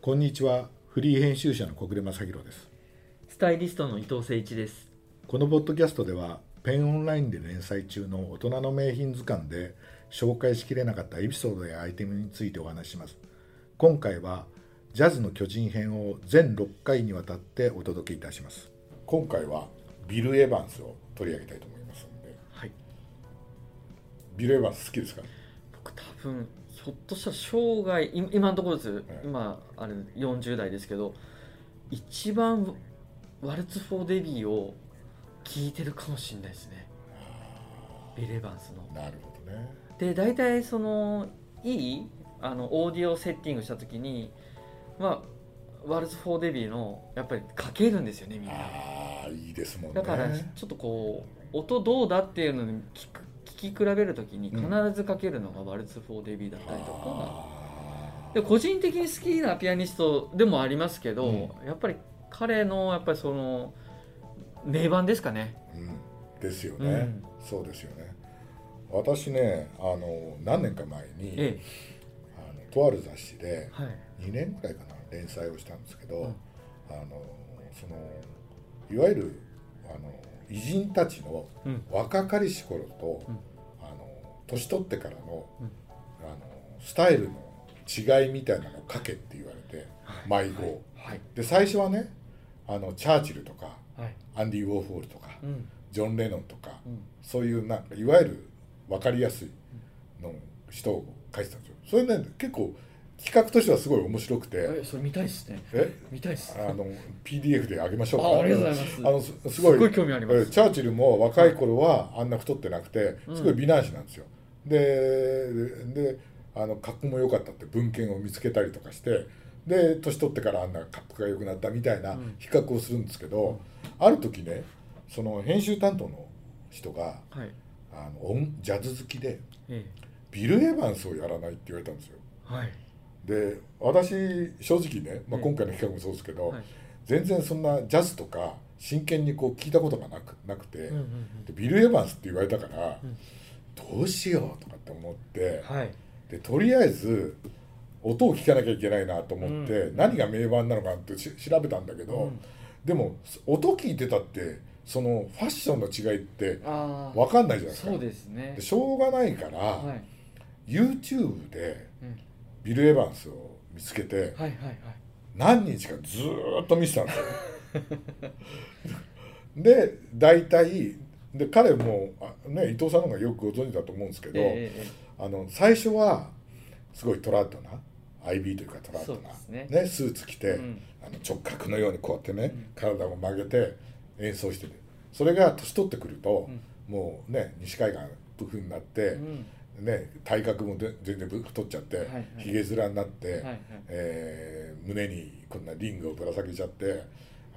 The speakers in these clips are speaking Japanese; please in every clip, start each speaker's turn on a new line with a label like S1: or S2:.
S1: こんにちはフリー編集者の小暮正弘です
S2: スタイリストの伊藤誠一です。
S1: このポッドキャストではペンオンラインで連載中の大人の名品図鑑で紹介しきれなかったエピソードやアイテムについてお話しします今回はジャズの巨人編を全6回にわたってお届けいたします今回はビル・エヴァンスを取り上げたいと思いますので
S2: はい。
S1: ビル・エヴァンス好きですか
S2: 僕多分ひょっとしたら生涯い今のところです。
S1: ええ
S2: 今あれ40代ですけど、一番ワルツ・フォー・デビーを聞いてるかもしれないですね。ビレバンスの。
S1: なるほどね
S2: で大体そのいいあのオーディオセッティングした時にまあワルツ・フォー・デビーのやっぱりかけるんですよねみんな。
S1: ああいいですもんね
S2: だからちょっとこう音どうだっていうのに聞く聞き比べるときに必ずかけるのがワルツ・フォー・デビーだったりとか、
S1: あ
S2: で個人的に好きなピアニストでもありますけど、
S1: う
S2: やっぱり彼のやっぱりその名盤ですかね。
S1: ーうん、ですよね、そうですよね私ねあの何年か前に、
S2: え
S1: あのとある雑誌で
S2: えはい
S1: 2年ぐらいかな連載をしたんですけど、
S2: うん
S1: あのそのいわゆるあの偉人たちの
S2: うん
S1: 若かりし頃と、
S2: うん
S1: あの年取ってからの,、
S2: うん
S1: あのスタイルの違いみたいなのを書けって言われて迷子、
S2: はい
S1: で最初はねあのチャーチルとか
S2: はい
S1: アンディ・ウォーホールとか、
S2: うん
S1: ジョン・レノンとか、
S2: うん
S1: そういうなんかいわゆる分かりやすいの人を書いてたんですよ。それね結構企画としてはすごい面白くて
S2: えそれ見たいですね
S1: え
S2: 見たいです
S1: あの PDF であげましょうか
S2: あありがとうございます
S1: あのすすごい
S2: すごい興味あります
S1: えチャーチルも若い頃はあんな太ってなくてすごい美男子なんですよ。でであの格好も良かったって文献を見つけたりとかしてで年取ってからあんな格好が良くなったみたいな
S2: うん
S1: 比較をするんですけど、ある時ねその編集担当の人が
S2: はい
S1: あの音ジャズ好きで
S2: え
S1: ビル・エヴァンスをやらないって言われたんですよ。
S2: えはい
S1: で私正直ね、まあ、
S2: ええ
S1: 今回の企画もそうですけど、
S2: はい
S1: 全然そんなジャズとか真剣にこう聞いたことがなくなくて、
S2: うんうんうん
S1: でビル・エヴァンスって言われたから、
S2: うん
S1: どうしようとかって思って、
S2: はい
S1: でとりあえず音を聞かなきゃいけないなと思って、
S2: う
S1: 何が名盤なのかってし調べたんだけど、
S2: うん
S1: でも音聞いてたってそのファッションの違いって
S2: ああ
S1: 分かんないじゃないですか。
S2: そうですね
S1: でしょうがないから、
S2: はい、
S1: YouTube で
S2: うん、
S1: ビル・エヴァンスを見つけて
S2: はいはいはい
S1: 何日かずーっと見てたんですよ。 で大体で彼もあ、ね、伊藤さんの方がよくご存知だと思うんですけど、
S2: ええええ
S1: あの最初はすごいトラッドな IB というかトラッド
S2: そう
S1: な
S2: です、ね
S1: スーツ着て、
S2: うん
S1: あの直角のようにこうやってね、
S2: うん
S1: 体を曲げて演奏しててそれが年取ってくると、もうね西海岸という風になって。
S2: うん
S1: ね、体格もで全然ぶ太っちゃって
S2: はいはい
S1: ひげ、面になって、
S2: はいはい
S1: えー胸にこんなリングをぶら下げちゃって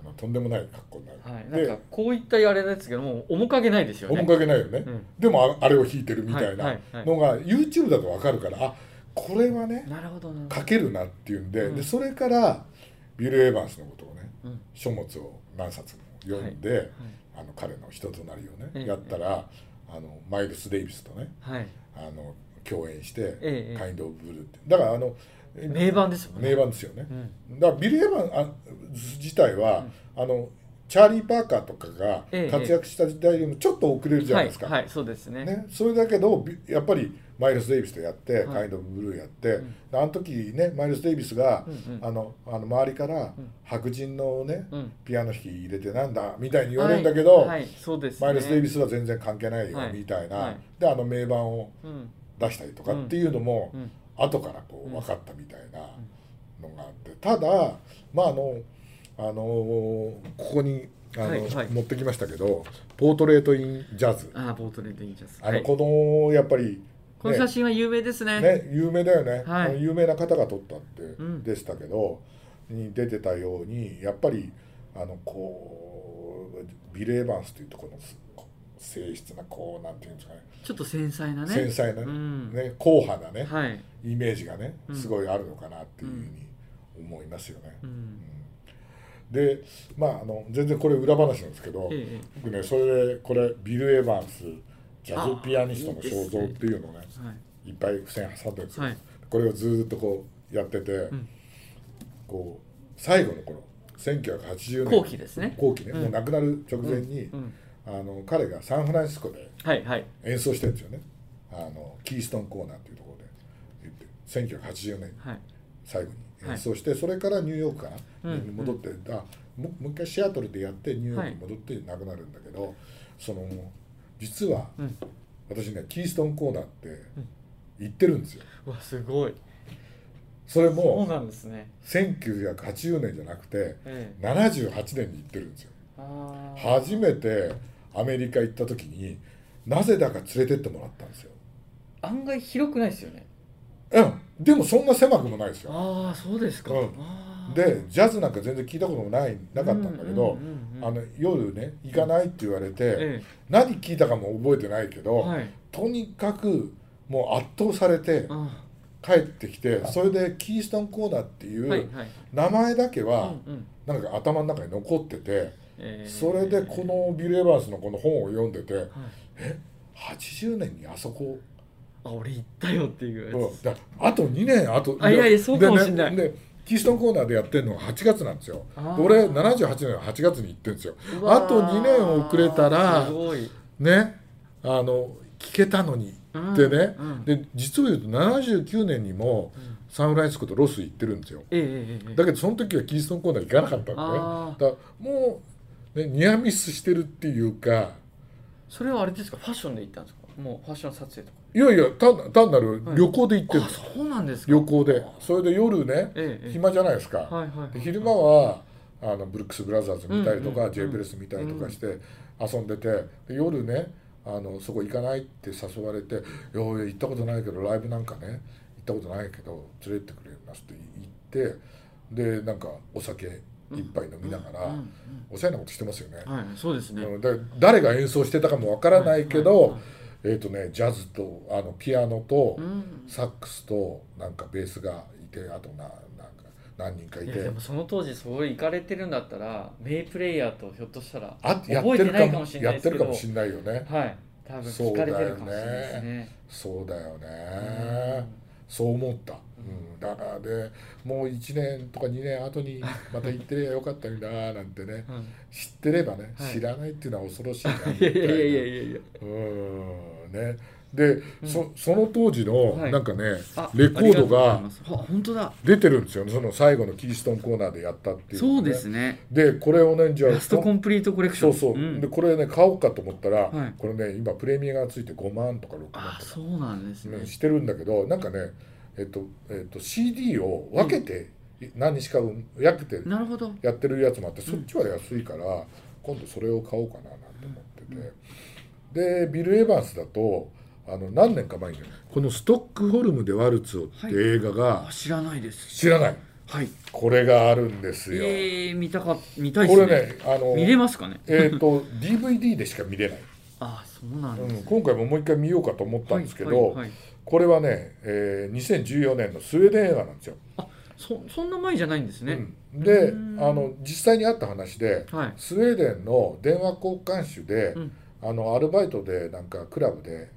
S1: あのとんでもない格好になる、
S2: はい、なん
S1: で
S2: かこういったあれですけども面影ないですよね。
S1: 面影ないよね、
S2: うん
S1: でもああれを弾いてるみたいな
S2: は
S1: い
S2: はいはい
S1: のが YouTube だと分かるからあこれはね
S2: なるほどなるほ
S1: 書
S2: ど。
S1: けるなっていうんで,、
S2: うん
S1: でそれからビル・エヴァンスのことをね
S2: うんは
S1: 書物を何冊も読んで、あの彼の人となりをね、
S2: ええ
S1: やったらあのマイルス・デイビスとね
S2: い、はい、
S1: あの共演して「
S2: ええ
S1: カインド・オブ・ブルー」ってだからあの
S2: 名盤ですもんね。
S1: 名盤ですよね
S2: う、ん、
S1: だからビル・エヴァンあ自体は、あのチャーリー・パーカーとかが
S2: ええ
S1: 活躍した時代よりもちょっと遅れるじゃないですか、
S2: はい、はい、そうですね。
S1: ね、それだけどビやっぱりマイルス・デイビスとやって「
S2: はい
S1: カインド・オブ・ブルー」やって、
S2: ん
S1: であの時ねマイルス・デイビスが、
S2: うんうん
S1: あのあの周りから
S2: うん
S1: 白人のね、
S2: うん、
S1: ピアノ弾き入れてなんだみたいに言われるんだけど、
S2: はい、はいそうです、ね。
S1: マイルス・デイビ
S2: ス、
S1: スは全然関係ないよ
S2: はい
S1: みたいな、
S2: はい
S1: であの名盤を
S2: うん、
S1: 出したりとかっていうのも、
S2: うん、
S1: 後からこう
S2: うん
S1: 分かったみたいなのがあってただまああのあのここにあの、
S2: はいはい
S1: 持ってきましたけど「ポートレート・イン・ジャズ
S2: あー、ボートレードいいじゃないです」か。
S1: あ
S2: は
S1: の
S2: い、
S1: このやっぱり、
S2: この写真は有名ですね。
S1: ね有名だよね、
S2: はい
S1: あの有名な方が撮ったって、
S2: ん
S1: でしたけどに出てたようにやっぱりあのこうビレー・エヴァンスというところのこう性質なこうなんていうんですかね
S2: ちょっと繊細なね。
S1: 繊細なね,、
S2: うん
S1: ね硬派なね、
S2: はい、
S1: イメージがね
S2: うん
S1: すごいあるのかなっていうふうに思いますよね。
S2: う
S1: うん
S2: ん、
S1: でまああの全然これ裏話なんですけど、
S2: えええ
S1: 僕ねそれでこれビル・エヴァンスジャズピアニストの肖像っていうのをね
S2: えはい、
S1: いっぱい付箋挟んでるんですよ、
S2: はい
S1: これをずーっとこうやってて、
S2: ん
S1: こう最後の頃1980年
S2: 後期ですね
S1: 後期ね、
S2: うん
S1: もう亡くなる直前に、
S2: うん
S1: あの彼がサンフランシスコで
S2: はいはい
S1: 演奏してるんですよねあのキーストンコーナーというところで言って1980年
S2: はい
S1: 最後に演奏して、それからニューヨークかな、
S2: うん
S1: に戻って、あももう一回シアトルでやってニューヨークに
S2: は
S1: 戻って亡くなるんだけど、その実は
S2: うん
S1: 私ねキーストンコーナーって行ってるんですよ。
S2: うわすごい
S1: それ
S2: そう
S1: も
S2: なんですね
S1: 1980年じゃなくて
S2: ええ
S1: 78年に行ってるんですよ。
S2: あー
S1: 初めてアメリカ行った時になぜだか連れてってもらったんですよ。
S2: 案外広くないですよね
S1: うん、でもそんな狭くもないですよ。
S2: ああそうですか、
S1: うん
S2: あー
S1: でジャズなんか全然聞いたこともないなかったんだけど、
S2: うんうんうんうん
S1: あの夜ね行かないって言われて、
S2: え
S1: 何聞いたかも覚えてないけ
S2: え
S1: ど、
S2: はい
S1: とにかくもう圧倒されて
S2: あ
S1: 帰ってきてそれでキーストンコーナーってい
S2: ーはいうはい
S1: 名前だけは
S2: うんうん
S1: なんか頭の中に残ってて、
S2: えー
S1: それでこのビル・エヴァンスのこの本を読んでて
S2: はい
S1: 80年にあそこ
S2: あ俺行ったよっていう
S1: う
S2: や
S1: ん
S2: つ
S1: だあと2年あと
S2: あいやいやそうかも
S1: でね
S2: しんない
S1: でキーストンコーナーでやってるのが8月なんですよ
S2: あー
S1: 俺78年の8月に行ってるんですよ
S2: うわー
S1: あと2年遅れたら
S2: すごい
S1: ねあの聞けたのにってね、
S2: うんうん
S1: で実を言うと79年にも
S2: うん
S1: サンフランシスコとロス行ってるんですよ
S2: ええええええ
S1: だけどその時はキーストンコーナー行かなかったん
S2: あー
S1: でねだからもう、ね、ニアミスしてるっていうか
S2: それはあれですかファッションで行ったんですかもうファッション撮影とか
S1: いやいや単単なる旅行で行ってるん
S2: あ
S1: です、
S2: そうなんですか
S1: 旅行でそれで夜ね
S2: ええええ
S1: 暇じゃないですか、
S2: はいはいはい
S1: で昼間はあのブルックス・ブラザーズ見たりと
S2: うんうん
S1: か、
S2: うん
S1: J ベルス見たりとかして遊んでてで夜ねあのそこ行かないって誘われて「いやいや行ったことないけどライブなんかね行ったことないけど連れてってくれます」って言ってでなんかお酒一杯飲みながら、
S2: うん
S1: おしゃれなことしてますよね
S2: う。んはいそうですね
S1: うんだ誰が演奏してたかもわからないけど、
S2: はいはいはい
S1: えっ、とねジャズとあのピアノと、
S2: うん
S1: サックスとなんかベースがいてあとななんか何人かい
S2: い
S1: て
S2: やでもその当時それ行かれてるんだったら名プレイヤーとひょっとしたら
S1: あやって
S2: 覚え
S1: る
S2: て
S1: か
S2: ない
S1: も
S2: かもしれな
S1: や
S2: いで
S1: って
S2: すけ
S1: る
S2: ど
S1: かもしんないよね
S2: はい多分聞かれてるかもしれないですね
S1: そうだよね
S2: う
S1: そう思った、うん、だからでもう1年とか2年後にまた行ってりゃよかったんだなん てね
S2: んうん
S1: 知ってればね、
S2: はい
S1: 知らないっていうのは恐ろ しいなみ
S2: い
S1: た
S2: や
S1: い
S2: いや
S1: ない
S2: やいやいや
S1: うんねで、そその当時の
S2: はい
S1: なんかね、
S2: あ
S1: レコードが
S2: ありとうございますほ本当だ
S1: 出てるんですよねその最後のキーストンコーナーでやったっていうの
S2: そ
S1: が
S2: うですね
S1: でこれをねじゃあ
S2: ラストコンプリートコレクシ
S1: そう
S2: ョン
S1: そう、
S2: ん
S1: でこれね買おうかと思ったら、
S2: はい
S1: これね今プレミアがついて5万とか6万と
S2: あ
S1: か
S2: そうなんですね
S1: ねしてるんだけどなんかねえっと、えっと、CD を分けて何日か分分けて
S2: なるほど
S1: やってるやつもあってそっちは安いから、今度それを買おうかななんて思ってて、でビル・エヴァンスだとあの何年か前にこの「ストックホルムでワルツを」って映画が、
S2: あ知らないです
S1: 知らない
S2: はい
S1: これがあるんですよ。
S2: えー、見たか見たいで
S1: こ
S2: す
S1: れ
S2: ね
S1: ねあの
S2: 見れますかね
S1: えっ と DVD でしか見れない。
S2: あそうなん
S1: う
S2: で
S1: ん、
S2: す、
S1: 今回ももう一回見ようかと思ったんですけど、
S2: はいはいはい
S1: これはね、えー2014年のスウェーデン映画なんですよ。
S2: そそんな前じゃないんですね、
S1: うんで
S2: うん
S1: あの実際にあった話で
S2: はい
S1: スウェーデンの電話交換手で、
S2: うん
S1: あのアルバイトでなんかクラブで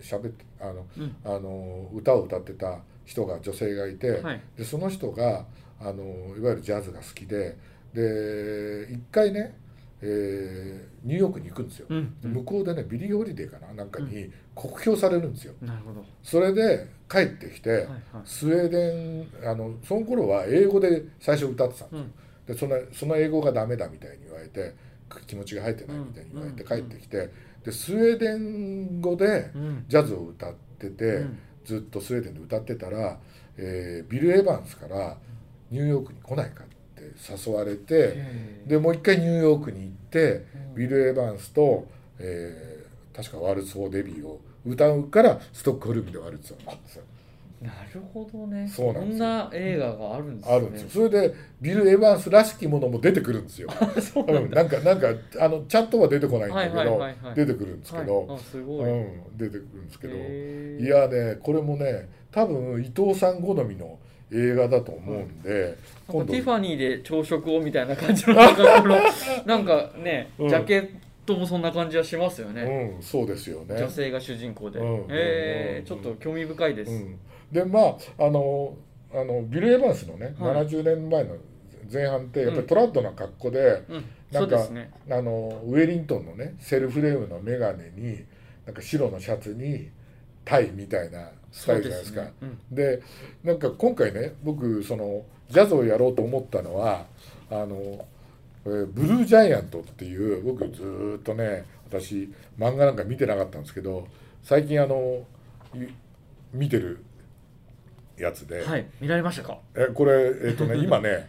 S1: 喋ってあの
S2: うん
S1: あの歌を歌ってた人が女性がいて、
S2: はい
S1: でその人があのいわゆるジャズが好きでで一回ね、えーニューヨークに行くんですよ。
S2: うん、う
S1: 向こうでねビリー・ホリデーかななんかに酷評されるんですよ
S2: ん、なるほどは
S1: それで帰ってきて、
S2: いはい
S1: スウェーデンあのその頃は英語で最初歌ってたんですよ、でそのその英語がダメだみたいに言われて気持ちが入ってないみたいに言われて
S2: うん
S1: 帰ってきて、でスウェーデン語で
S2: うん
S1: ジャズを歌ってて、
S2: うん
S1: ずっとスウェーデンで歌ってたら、えービル・エヴァンスからニューヨークに来ないかって誘われて、
S2: へー
S1: でもう一回ニューヨークに行って、
S2: うん
S1: ビル・エヴァンスと、えー確かワルツ・フォー・デビーを歌うからストックホルムでワルツを歌うんですよ
S2: なるほどね
S1: そうなんですよ
S2: んな映画があるんですね
S1: あるんですよそれでビル・エヴァンスらしきものも出てくるんですよ
S2: そう
S1: う
S2: なんんだ、
S1: なんかなんかあのちゃんとは出てこないんだけ
S2: はいはい
S1: ど
S2: はいはい
S1: 出てくるんですけど、
S2: はい、あすご
S1: う
S2: い、
S1: ん、出てくるんですけど、
S2: へー
S1: いやねこれもね多分伊藤さん好みの映画だと思うんで、
S2: なん
S1: 今度
S2: かティファニーで朝食をみたいな感じのなんかこのなんかね、
S1: うん
S2: ジャケットもそんな感じはしますよね、
S1: うん、そうですよね。
S2: 女性が主人公で、
S1: うん
S2: えー
S1: うん
S2: ちょっと興味深いです、
S1: うん、でまああのあのビル・エヴァンスのね、
S2: はい
S1: 70年前の前半ってやっぱ
S2: うん
S1: りトラッドな格好で、
S2: うん、
S1: な
S2: そうんで
S1: か
S2: すね
S1: あのウェリントンのねセルフレームの眼鏡になんか白のシャツにタイみたいなスタイルじゃないですか。
S2: そうね
S1: でなんか今回ね僕そのジャズをやろうと思ったのはあの、えーブルージャイアントっていう僕ずーっとね私漫画なんか見てなかったんですけど最近あのい見てるやつ
S2: う
S1: で、
S2: んはい見られましたか
S1: えこれえっ、と ね今ね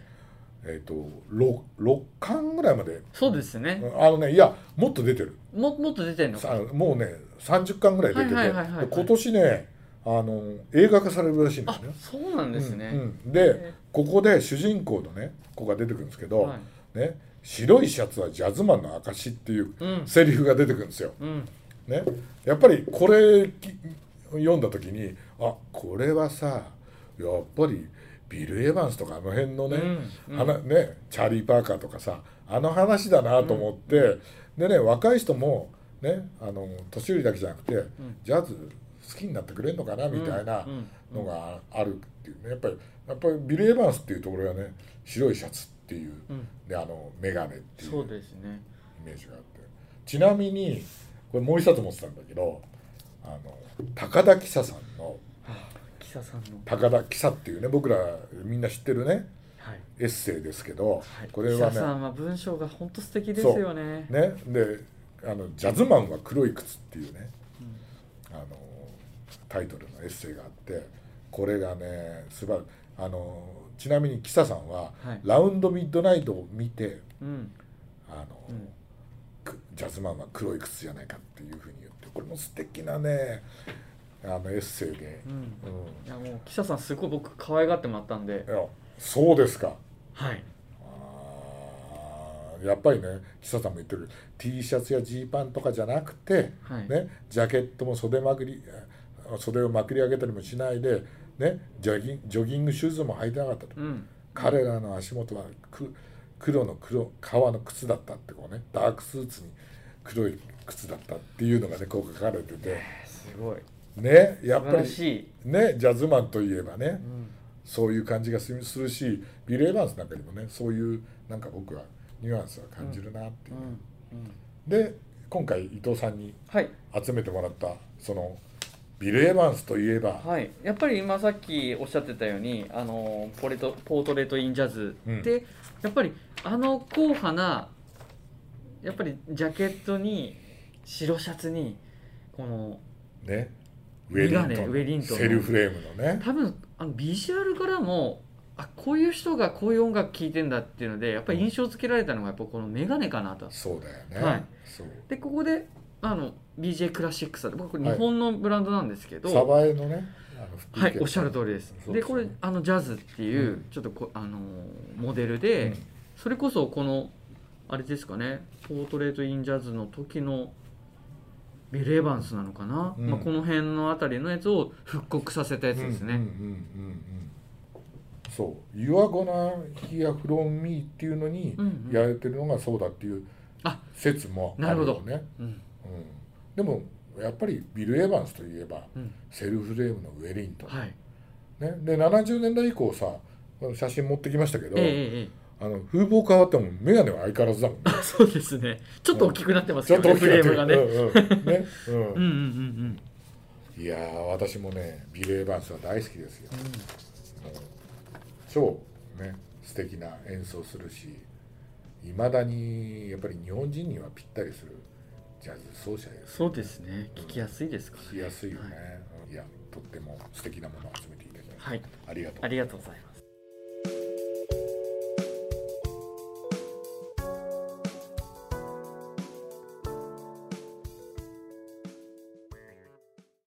S1: えっ、と 6, 6巻ぐらいまで
S2: そうですね、
S1: あのねいやもっと出てる
S2: ももっと出てんのか
S1: さもうね30巻ぐらい出てて、
S2: はいはいはいはい
S1: で今年ねあの映画化されるらしいんです
S2: あ
S1: ね。
S2: そうなんですね、
S1: うんうんでここで主人公のね子が出てくるんですけど、
S2: はい
S1: ね、白いシャツはジャズマンの証っていう
S2: うん
S1: セリフが出てくるんですよ。
S2: うん
S1: ね、やっぱりこれき読んだ時にあこれはさやっぱりビル・エヴァンスとかあの辺のね,、
S2: うんうん
S1: あのねチャーリー・パーカーとかさあの話だなと思って、でね若い人も、ね、あの年寄りだけじゃなくて、ジャズ好きになってくれるのかなみたいなのがあるっていうねやっぱりやっぱりビル・エヴァンスっていうところはね白いシャツっていう、
S2: うん
S1: であの眼鏡っていう
S2: そうですね
S1: イメージがあってちなみにこれもう一冊持ってたんだけどあの高田喜佐さんの
S2: あキサさんの
S1: 高田喜佐っていうね僕らみんな知ってるね
S2: はい
S1: エッセイですけど、
S2: はい、
S1: これは
S2: 記者さん
S1: ね
S2: は文章が本当素敵ですよね。
S1: ねであの「ジャズマンは黒い靴」っていうねあのタイトルのエッセイがあってこれがね素晴らあのちなみに喜佐さんは、
S2: はい
S1: ラウンドミッドナイト」を見て
S2: うん、
S1: あの、
S2: うん
S1: くジャズマンは黒い靴じゃないかっていうふうに言ってこれも素敵なねあのエッセイで、
S2: うん、うん。
S1: うん
S2: いやもう記者さんすごい僕可愛がってもらったんで
S1: い、やそうですか
S2: はい。
S1: あーやっぱりね岸田さんも言ってる T シャツやジーパンとかじゃなくて、
S2: はい
S1: ね、ジャケットも袖まくりあ袖をまくり上げたりもしないで、ね、ジョギンジョギングシューズも履いてなかったと、
S2: うん。
S1: 彼らの足元はく黒の黒革の靴だったってこうねダークスーツに黒い靴だったっていうのがねこう書かれてて
S2: すごい。
S1: ねや
S2: 素
S1: っぱ
S2: 晴ら
S1: り
S2: しい。
S1: ねジャズマンといえばね、
S2: うん。
S1: そういう感じがするするしビル・エヴァンスなんかにもねそういうなんか僕はニュアンスは感じるなっていうう、
S2: ん。うん。
S1: で今回伊藤さんに
S2: はい。
S1: 集めてもらったそのビル・エヴァンスといえば、
S2: はい、やっぱり今さっきおっしゃってたように「あのポレトポートレート・イン・ジャズ」って、やっぱりあの硬派なやっぱりジャケットに白シャツにこの
S1: ねウェリン
S2: メ
S1: ト
S2: ガ
S1: ン
S2: ネウェリントンの
S1: セルフレームのね
S2: 多分あのビジュアルからもあこういう人がこういう音楽聴いてんだっていうのでやっぱり印象付けられたのがやっぱこのメガネかなと
S1: そうだよね、
S2: はい
S1: そう
S2: でここであの BJ クラシックさん僕これ日本のブランドなんですけど、
S1: サ
S2: は
S1: バエのねあの
S2: いおっしゃる通りです
S1: そう
S2: で
S1: ですね
S2: これあのジャズっていう、
S1: うん
S2: ちょっとこあのーモデルで、
S1: うん
S2: それこそこのあれですかねポートレート・イン・ジャズの時のビル・エヴァンスなのかな、
S1: うん
S2: まあ、この辺のあたりのやつを復刻させたやつですね、
S1: うんうんうんうんうんそう「You are gonna hear from me」っていうのに
S2: うんうん
S1: やれてるのがそうだっていう
S2: あ
S1: 説もあるよね、
S2: うん
S1: うん、でもやっぱりビル・エヴァンスといえば
S2: うん、
S1: セルフレームのウェリントン、
S2: はい
S1: ね、で70年代以降さこの写真持ってきましたけど、
S2: えええええ
S1: あの風貌変わっても眼鏡は相変わらずだもんね
S2: えそうですねちょっと大きくなってま
S1: ち
S2: すけ
S1: ょっ
S2: ど
S1: と
S2: ね、
S1: 大き
S2: フ
S1: くな
S2: レ
S1: っ
S2: ー
S1: て
S2: ム
S1: るう
S2: がね、
S1: んうんね
S2: う
S1: うん
S2: うんんうん
S1: いやー私もねビル・エヴァンスは大好きですよ、もう超ね素敵な演奏するしいまだにやっぱり日本人にはぴったりするジャズ奏者です
S2: そうですね聞きやすいですからね
S1: 聞きやすいよね、い、やとっても素敵なものを集めていただきました
S2: はい
S1: ありがとう
S2: ありがとうございます